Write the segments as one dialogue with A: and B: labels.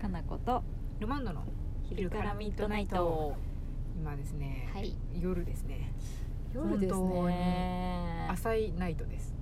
A: かなこと
B: ルマンドの
A: 昼からミッドナイト
B: 今ですね、
A: はい
B: 夜ですね
A: 夜です
B: 本当に
A: ね
B: 浅いナイトです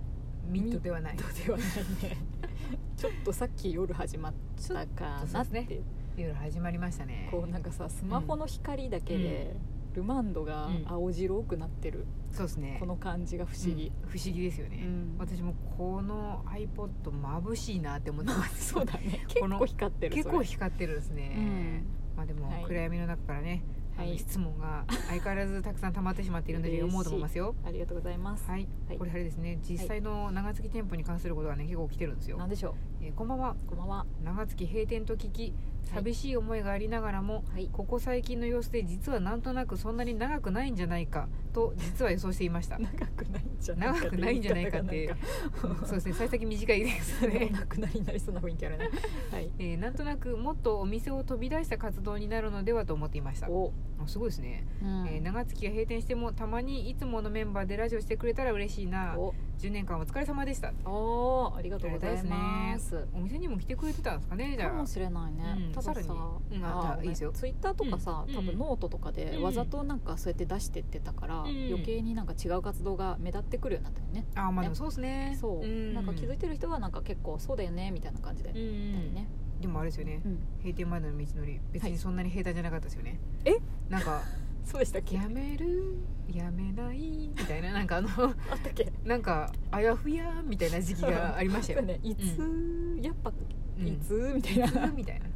B: ミッドではない
A: ではないね ちょっとさっき夜始まったかなって、
B: ちょっとそうです夜始まりましたね
A: こうなんかさスマホの光だけで、ルマンドが青白くなってる、
B: そうですね
A: この感じが不思議、
B: うん不思議ですよね、
A: うん
B: 私もこの iPod 眩しいなって思ってま す
A: そうだね結
B: この
A: 構光ってる
B: 結
A: そ
B: 構
A: れ
B: 光ってるですね、
A: うん
B: まあでも
A: はい
B: 暗闇の中からね、あの
A: はい
B: 質問が相変わらずたくさん溜まってしまっているので
A: 嬉しい
B: 読もうと思いますよ
A: ありがとうございます、
B: はい、
A: はい
B: これあれですね実際の長月店舗に関することがね結構起きてるんですよ、
A: なんでしょ
B: えーこんばんは
A: うこんばんは
B: 長月閉店と聞き寂しい思いがありながらも、
A: はい
B: ここ最近の様子で実はなんとなくそんなに長くないんじゃないかと実は予想していました
A: 長く ないんじゃないか
B: 長くないんじゃないかって
A: 言い方がなんか
B: そうですね幸先短いです
A: もう
B: ね、
A: なくなりになりそうな雰囲気あ るね。はい。
B: えーなんとなくもっとお店を飛び出した活動になるのではと思っていました
A: お、
B: あすごいですね、
A: うん
B: えー長月が閉店してもたまにいつものメンバーでラジオしてくれたら嬉しいな
A: お、
B: 10年間お疲れ様でした
A: おー、ありがとうござい
B: ありがたい
A: ま。
B: ですお店にも来てくれてたんですかねじゃ
A: か
B: あ
A: もしれないね。
B: うん
A: たださ、
B: 更にうんあ
A: ー
B: いいですよ
A: ツイッターとかさ、
B: うん
A: 多
B: うん
A: 分ノートとかで
B: うん
A: わざとなんかそうやって出してってたから、
B: ん
A: 余計になんか違う活動が目立ってくるようになったよね。
B: あーまあでもそうですね
A: そう、なんか気づい
B: て
A: てる人はなんか結構そうだよねみたいな感じで。
B: うん、
A: うん、ね。
B: でもあれですよね
A: うん。
B: 閉店前の道のり別
A: は
B: に
A: い
B: そんなに平坦じゃなかったですよね、
A: え
B: なんか
A: そうでしたっけ？
B: やめるやめないみたいななんかあの
A: あったっけ？
B: なんかあやふやみたいな時期 がありました
A: そ
B: よ、
A: うね。いつ、やっぱ
B: うん
A: いつ、みたい
B: いつ
A: な。
B: みたいな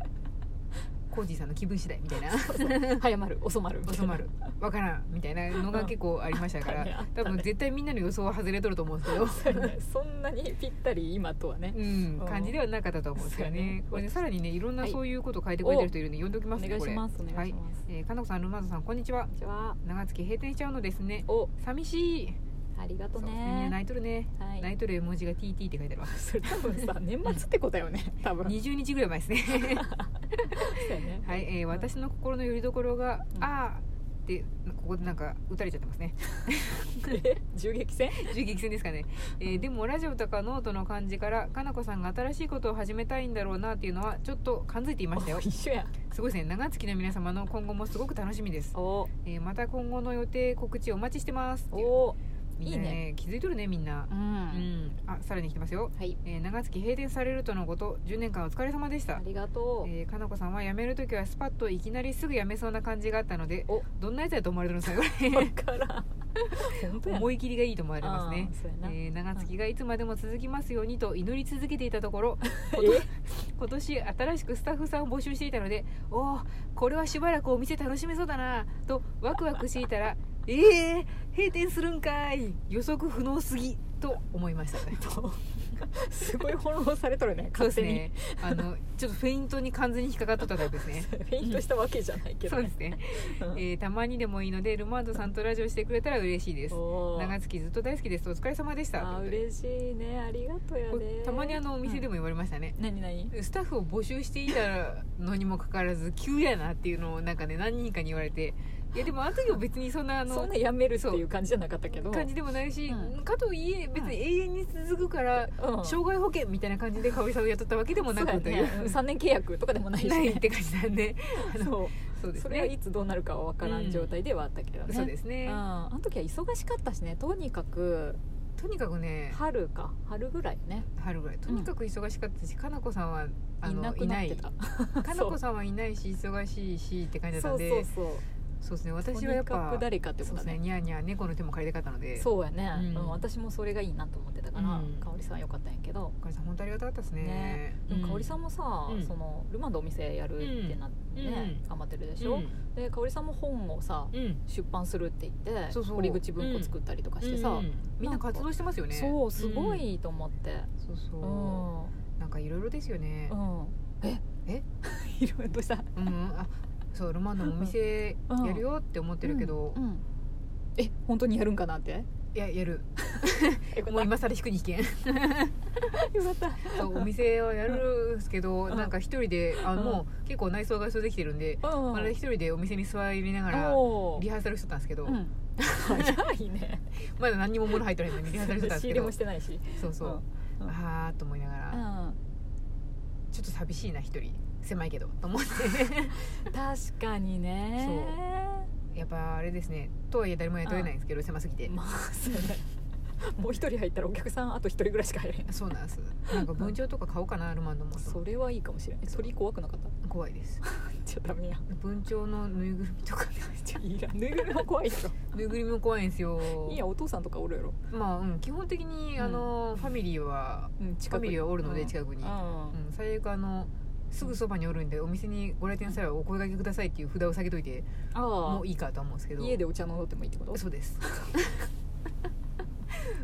B: コージーさんの気分次第みたいな
A: 早まる収まるみたいな
B: 収まるわからんみたいなのが結構ありましたか
A: あったねあ
B: ら
A: った
B: 多
A: ね
B: 分絶対みんなの予想は外れとると思うんですけど
A: そんなにぴったり今とはね、
B: うん感じではなかったと思うんですよ
A: そうや
B: ね
A: ね
B: これねさらにねいろんな
A: はい
B: そういうことを書いてくれてる人いるんで呼んでおき
A: お
B: ますね
A: 願い
B: こ
A: し
B: れ
A: ますお願いします、
B: えー、かなこさんルマンドさんこんにちは
A: こんにちは
B: 長月閉店しちゃうのですね
A: お
B: 寂しい
A: ありがと
B: そううですねみんな
A: ね
B: 泣いとるね、
A: はい
B: 泣いとる絵文字が TT って書いてあるわ
A: それ多分 さ年末ってことだよね多分
B: 20日ぐらい前です ねはい、えー私の心の拠り所が「
A: うん
B: ああ」ってここでなんか打たれちゃってますね
A: え銃撃戦
B: 銃撃戦ですかね、えーでもラジオとかノートの感じからかなこさんが新しいことを始めたいんだろうなっていうのはちょっと感づいていましたよ
A: お一緒や
B: すごいですね長月の皆様の今後もすごく楽しみです、
A: お
B: えーまた今後の予定告知お待ちしてますっていう
A: お
B: みんなね
A: いい
B: 気づいとるねみんな
A: う、
B: うんんあさらに来てますよ、
A: はい
B: えー長月閉店されるとのこと10年間お疲れ様でした
A: ありがとう、
B: えー、かなこさんは辞めるときはスパッといきなりすぐ辞めそうな感じがあったので
A: お
B: どんなやつやと思われてるんですかこ
A: わからん本当
B: れ
A: や
B: 思い切りがいいと思われてますね
A: あーそうやな、
B: えー長月がいつまでも続きますようにと祈り続けていたとこ ろ
A: え
B: 今年新しくスタッフさんを募集していたのでおおこれはしばらくお店楽しめそうだなとワクワクしていたら えー、閉店するんかい予測不能すぎと思いましたね
A: すごい翻弄されとるね
B: そうで
A: 勝
B: す
A: 手に、
B: ねあのちょっとフェイントに完全に引っかかっとったタイプですね
A: フェイントしたわけじゃないけど
B: そう
A: ね
B: ですね
A: うん
B: えーたまにでもいいのでルマンドさんとラジオしてくれたら嬉しいです
A: おー
B: 長月ずっと大好きですお疲れ様でした
A: あー
B: という
A: 嬉しいねありがとうや
B: ことでこ
A: で
B: れたまにあのお店でも言われましたね、
A: 何何
B: スタッフを募集していたのにもかかわらず急やなっていうのをなんかね何人かに言われていやでもあの時は別にそんなあの
A: そんなやめるっていう感じじゃなかったけど
B: 感じでもないし、
A: う
B: かといえ別に永遠に続くから、
A: うん
B: 障害保険みたいな感じで香織さんを雇ったわけでもな
A: そう
B: く
A: や
B: という
A: ねうん3年契約とかでもないし、ね、
B: ないって感じなんで あの
A: そう
B: そうです
A: それは
B: ね
A: いつどうなるかは分からん状態ではあったけどね、
B: そうです
A: うん
B: ね
A: あの時は忙しかったしねとにかく
B: とにかくね
A: 春か春ぐらいね
B: 春ぐらいとにかく忙しかったし、かなこさんはあ
A: い
B: の
A: ないくな
B: な
A: っ
B: い
A: て た
B: かなこさんはいないし忙しいしって感じだっ
A: そ
B: たん
A: うそう
B: で
A: そう
B: そうですね私
A: と
B: は
A: に
B: やっ
A: か
B: ぱ
A: く誰かってこ
B: そ
A: と
B: うで
A: だ
B: す
A: ね
B: ねニャーニャー猫の手も借りたかったので
A: そうやね、
B: うん
A: うん私もそれがいいなと思ってたから、
B: うん
A: かおりさんよかったんやけど
B: お母さん本当ありがたかったですね
A: ねでもかおりさんもさ、
B: うん
A: そのルマンドお店やるってなってね、頑張ってるで
B: で
A: しょ、でかおりさんも本をさ
B: うん、うん
A: 出版するって言って
B: そうそう
A: 折口文庫作ったりとかしてさ、
B: うんうんみんな活動してますよね
A: そうすご
B: ん
A: いと思って、
B: そうそううん
A: うん
B: なんかいろいろですよね
A: え
B: え
A: いろいろとした
B: うん、あそうロマンのお店やるよって思ってるけど、
A: うんうんえ本当にやるんかな って
B: いややる
A: えこ
B: もう今更引くに引けん
A: よかった
B: そうお店はやるんですけど、
A: うん
B: なんか一人であ
A: うん
B: もう結構内装外装できてるんで、
A: うん
B: まだ一人でお店に座りながら
A: おー
B: リハーサルしてたんですけど、
A: うん早いね
B: まだ何にも物入ってないのにリハーサルしてたんで
A: 仕
B: す
A: 入
B: け
A: れも
B: ど
A: してないし
B: そうそう、
A: うんうん
B: ああと思いながら、
A: うん
B: ちょっと寂しいな一人狭いけどと思って
A: 確かにね
B: やっぱあれですねとはいえ誰も雇えないんですけど狭すぎて
A: まあそれもう一人入ったらお客さんあと一人ぐらいしか入れない
B: そうなんですなんか文鳥とか買おうかなルマンドも
A: それはいいかもしれない鳥怖くなかった
B: 怖いです
A: じゃダメや
B: 文鳥のぬいぐるみとか
A: いらんぬいぐるみも怖いだ
B: ぬいぐるみも怖いんですよ
A: ろいいやお父さんとかおるやろ、
B: まあ、うん、基本的に
A: うん
B: あの、ファミリーは
A: うん、
B: ファミリーはおるので近
A: く
B: くに、
A: う
B: うん
A: ん
B: 最悪あのすぐそばにおるんでお店にご来店したらお声掛けくださいっていう札を下げといて
A: あ
B: もういいかとは思うんですけ
A: あ
B: ど
A: 家でお茶飲んでもいいってこと
B: そうです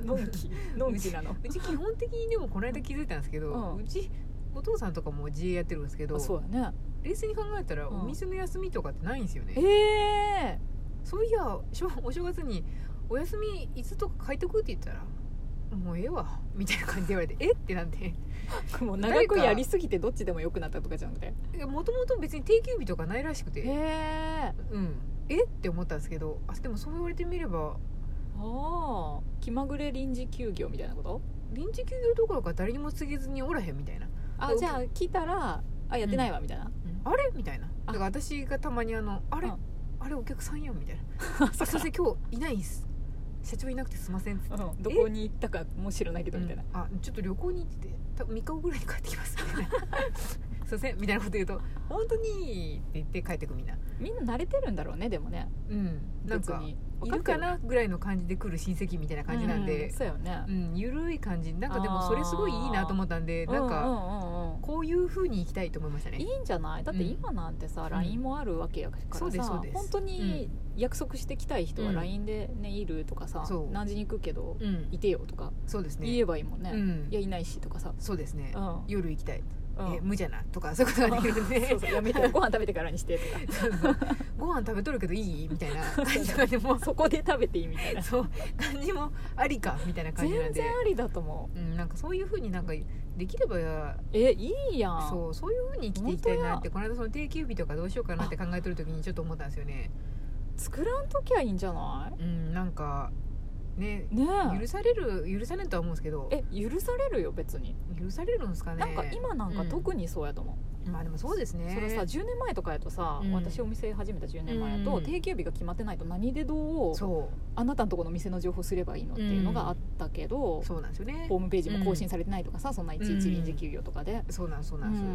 A: のんきのんきなの
B: うち基本的にでもこの間気づいたんですけど、
A: う
B: うんちお父さんとかも自営やってるんですけど
A: あそうやね
B: 冷静に考えたら
A: うん
B: お店の休みとかってないんですよね、
A: ええ
B: そういやしょお正月に「お休みいつとか書いとく?」って言ったら「もうええわ」みたいな感じで言われて「えっ?」てなんて
A: もう長くやりすぎてどっちでもよくなったとかじゃなくて
B: もともと別に定休日とかないらしく
A: へ
B: て
A: え
B: うんえって思ったんですけどあでもそう言われてみれば
A: ああ気まぐれ臨時休業みたいなこと
B: 臨時休業どころか誰にも告げずにおらへんみたいな
A: あじゃあ来たらあやってないわみたいな、
B: あれみたいな
A: あ
B: だから私がたまにあのあれ
A: うん
B: あれお客さんやんみたいな
A: あ そ
B: あ
A: っか
B: すいません今日いないんす社長いなくてすいませんっつって
A: うんどこに行ったかも知らないけどみたいな、
B: うんあちょっと旅行に行ってて多分3日後ぐらいに帰ってきます みたいなすいませんみたいなこと言うと「本当に!」って言って帰ってくみんな
A: みんな慣れてるんだろうねでもね
B: うんなんか
A: 別に
B: いるかなぐらいの感じで来る親戚みたいな感じなん
A: う
B: で、
A: そうよね
B: うんゆるい感じなんかでもそれすごいいいなと思ったんでなん
A: う
B: か
A: んうんうんうん
B: こういう風に行きたいと思いましたね
A: いいんじゃないだって今なんてさ、
B: ん
A: LINE もあるわけやから
B: そうです
A: さ
B: そうです
A: 本当に約束してきたい人は
B: うん
A: LINE で、ねいるとかさ
B: そう
A: 何時に行くけど
B: うん
A: いてよとか
B: そうですね
A: 言えばいいもんね、
B: うん
A: いやいないしとかさ、
B: そうですね、
A: うん
B: 夜行きたい、
A: うん
B: え無じゃなとか そういうことができるんで
A: そう そうやめてよご飯食べてからにしてとか
B: ご飯食べとるけどいいみたいな感じとかでも
A: そこで食べていいみたいな
B: そう感じもありかみたいな感じなん
A: 全
B: で
A: 然ありだと思う
B: うん、なんかそういうふうになんかできれば
A: えいいやん
B: そうそういうふうに生きていきたいなっ
A: 本当
B: てこの間その定休日とかどうしようかなって考えてる時にちょっと思ったんですよね
A: 作らんときゃいいんじゃな
B: うんなんかね
A: いね
B: 許される許されるとは思うんですけど
A: ええ許されるよ別に、
B: 許されるんですかね
A: なんか今なんか特
B: に、
A: にそうやと思う、
B: まあでもそうですね
A: それさ10年前とかやとさ、
B: うん
A: 私お店始めた10年前や
B: うん
A: と、
B: うん
A: 定休日が決まってないと何でどう
B: そ
A: あなたのとこの店の情報すればいいのっていうのがあったけど、
B: うそうなんですよね
A: ホームページも更新されてないとかさ、そんないちいち臨時休業とかで、
B: そうなんそう
A: う
B: なんです、
A: ん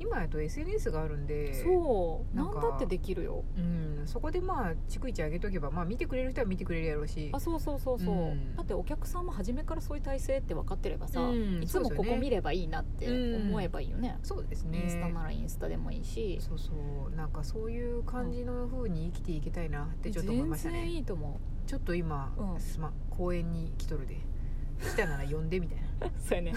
B: 今やと SNS があるんで
A: そう
B: な
A: なんん
B: か
A: だってできるよ
B: うん、そこでまあ逐一上げとけば、まあ、見てくれる人は見てくれるやろうし
A: あそうそうそうそう、
B: うん
A: だってお客さんも初めからそういう体制って分かってればさ、
B: うん
A: いつも
B: そうですよ
A: こ
B: ね
A: こ見ればいいなって思えばいいよね,、
B: そうですね
A: インスタならインスタでもいいし
B: そうそうなんかそういう感じの風に生きていきたいなってちょっと思い
A: 全
B: ました
A: 然
B: ね
A: いいと思
B: ちょっと今、
A: うん
B: すま公園に来とるで来たなら呼んでみたいな
A: うそうやね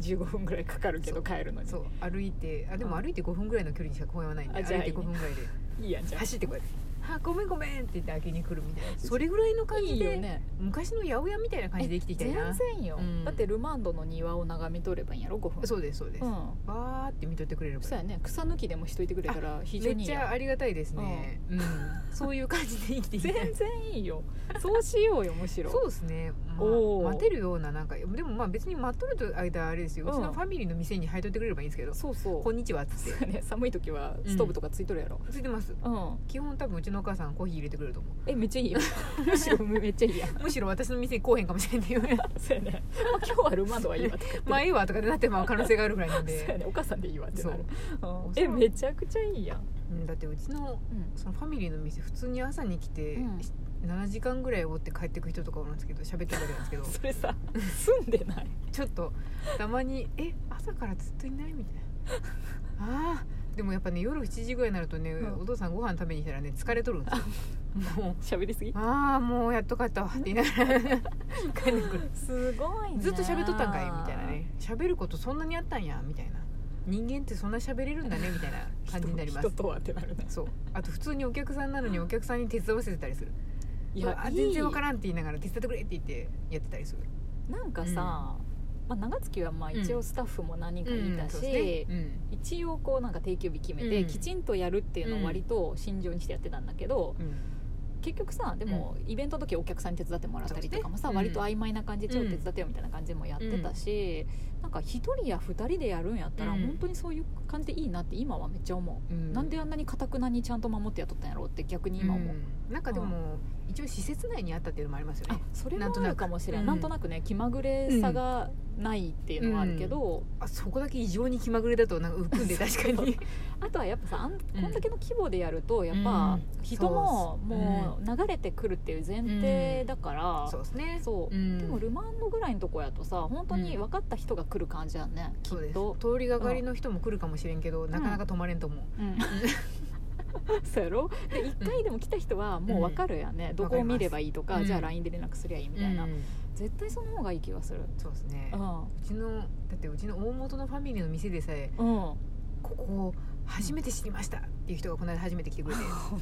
A: 15分ぐらいかかるけど帰るのに
B: そう歩いてあでも
A: うん
B: 歩いて5分ぐらいの距離にしか公園はないんで
A: あじゃ
B: 歩
A: あ
B: いて5分ぐらいで
A: いいやんじゃあ
B: 走ってこうやって「あごめんごめん」って言って開けに来るみたいなそれぐらいの感
A: い
B: じ
A: い
B: で
A: よね
B: 昔の八百屋みたいな感じで生きていきたいな
A: 全然よ、
B: うん
A: だってルマンドの庭を眺めとればいいんやろ5分
B: そうですそうです、
A: う
B: わ
A: ん
B: ーって見とってくれれば
A: そうやね草抜きでもしといてくれたら非常
B: め
A: にいい
B: っち
A: やん
B: ゃありがたいですね、うんそういう感じで生きていきたい
A: 全然いいよ そうしようよむしろ
B: そうですね、ま
A: おー
B: あ、待てるようななんかでもまあ別に待っとると間あれですよ、
A: う
B: うんちのファミリーの店に入っといてくれればいいんですけど「
A: そうそう
B: こんにちは」っつって
A: そうやね寒い時はストーブとかついとるやろ、
B: ついてます
A: うん、
B: 基本多分うちのお母さんコーヒー入れてくれると思
A: えめっちゃ いいよむしろめっちゃいいやん
B: うむしろ私の店に来おへんかもしれんって いう
A: そうやね、まあ、今日はルマンドはいいわとか言っ
B: 「
A: て
B: まあいいわ」とかでなってまう可能性があるぐらいなん
A: そうや
B: で、
A: ねお母さんでいいわってなるうん
B: う
A: えめちゃくちゃいいやん、
B: うんだってうちの
A: うん、
B: そのファミリーの店普通に朝に来て、
A: うん
B: 7時間ぐらいおって帰ってく人とかおるんですけど喋ってるだけなんですけど
A: それさ住んでない
B: ちょっとたまに「え朝からずっといない?」みたい なあーでもやっぱね夜7時ぐらいになるとね、
A: うん
B: お父さんご飯食べに来たらね疲れとるんです よもう
A: 喋りすぎ
B: ああもうやっとかったわって言いな がら帰ってくる
A: すごいね
B: ずっと喋っとったんかいみたいなね喋ることそんなにあったんやみたいな人間ってそんな喋れるん だねみたいな感じになりま
A: 人
B: す
A: 人とはってなるね
B: そうあと普通にお客さんなのにお客さんに手伝わせてたりする
A: い
B: いや
A: や
B: 全然わ
A: わ
B: からんって言いながら手伝ってくれって言ってやってたりする
A: なんかさ、まあ、長月はまあ一応スタッフも何人かいたし、
B: そうですねうん
A: 一応こうなんか定休日決めて、
B: うん
A: きちんとやるっていうのを割と慎重にしてやってたんだけど、
B: うん
A: 結局さでも、イベントの時お客さんに手伝ってもらったりとかもさ、
B: そうね
A: 割と曖昧な感じでちょっ
B: うん
A: と手伝ってよみたいな感じもやってたし、なんか一人や二人でやるんやったら、
B: うん
A: 本当にそういう感じでいいなって今はめっちゃ思う、
B: うん
A: なんであんなにかたくなにちゃんと守ってやっとったんやろうって逆に今思う、
B: うんなんかでも、一応施設内にあったっていうのもありますよ
A: あ
B: ね
A: それ
B: なんと
A: もあ
B: なく
A: るかもしれない、
B: うん
A: なんとなくね気まぐれさがないっていうのはあるけど、
B: あそこだけ異常に気まぐれだとなんか浮くんで確かに
A: あとはやっぱさあん
B: うん
A: こんだけの規模でやるとやっぱ
B: うん
A: 人も
B: そうっす
A: もう流れてくるっていう前提だから、
B: そうですね
A: そう、
B: ん
A: でもルマンドぐらいのとこやとさ本当に分かった人が来る感じやんね、
B: そうです
A: と
B: 通りがかりの人も来るかもしれんけど、なかなか止まれんと思う、
A: うん そうやろで1回でも来た人はもう分かるやんね、どこを見ればいいとか
B: わかります
A: じゃあ
B: うん
A: LINE で連絡すりゃいいみたいな、
B: うん
A: 絶対その方がいい気がする
B: そうですね、
A: う
B: うん ちのだってうちの大元のファミリーの店でさえ
A: うん
B: ここを初めて知りましたっていう人がこの間初めて来てくれて、
A: 本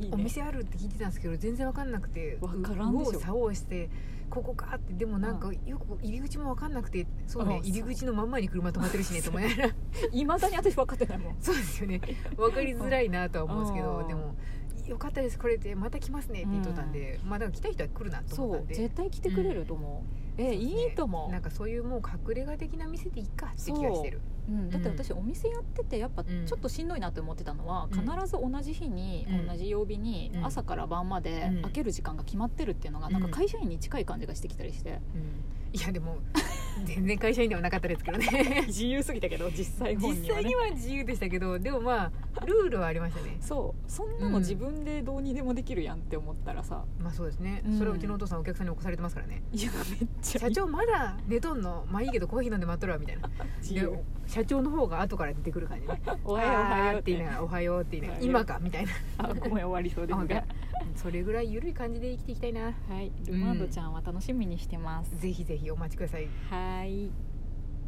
A: 当、いい
B: お
A: ね
B: 店あるって聞いてたんですけど全然分かんなくて
A: わからんでしょ
B: うおう左往してここかってでもなんかよく入り口も分かんなくてそうね
A: うん
B: 入り口のまんまに車止まってるしねと思い ながら
A: いまだに私分かってないもん
B: そうですよね分かりづらいなとは思うんですけ
A: う
B: ど
A: ん
B: でも「よかったですこれでまた来ますね」って言っとったんで、まあだから来た人は来るなと
A: そ
B: 思っ
A: う
B: たんで
A: 絶対来てくれると思う、えいいと思
B: なんかそういうもう隠れ家的な店でいいかって気がしてる
A: う、うん、だって私お店やっててやっぱ
B: うん
A: ちょっとしんどいなって思ってたのは、
B: うん
A: 必ず同じ日に、
B: うん
A: 同じ曜日に、
B: うん
A: 朝から晩まで
B: うん
A: 開ける時間が決まってるっていうのが、
B: うん
A: なんか会社員に近い感じがしてきたりして、
B: いやでも 全然会社員ではなかったですけど ね
A: 自由すぎたけど実際本
B: 実
A: 人は
B: 際
A: ね
B: には自由でしたけどでもまあルールはありましたね
A: そうそんなの自分でどうにでもできるやんって思ったらさ、
B: まあそうですね、
A: うん
B: それはうちのお父さんお客さんに起こされてますから ね
A: いやめっちゃ
B: 社長まだ寝とんのまあいいけどコーヒー飲んで待っとるわみたいな
A: 自
B: で
A: 由
B: 社長の方が後から出てくる感じ ね
A: おはようおは
B: あ
A: よ
B: ー
A: う
B: って言いながらおはようって言いながら
A: おはよう
B: 今かみたいな
A: あごめん終わりそうです
B: あ
A: が
B: 本 それぐらい緩い感じで生きていきたいな
A: はいルマンドちゃんは楽しみにしてます、
B: ぜひぜひお待ちください
A: はい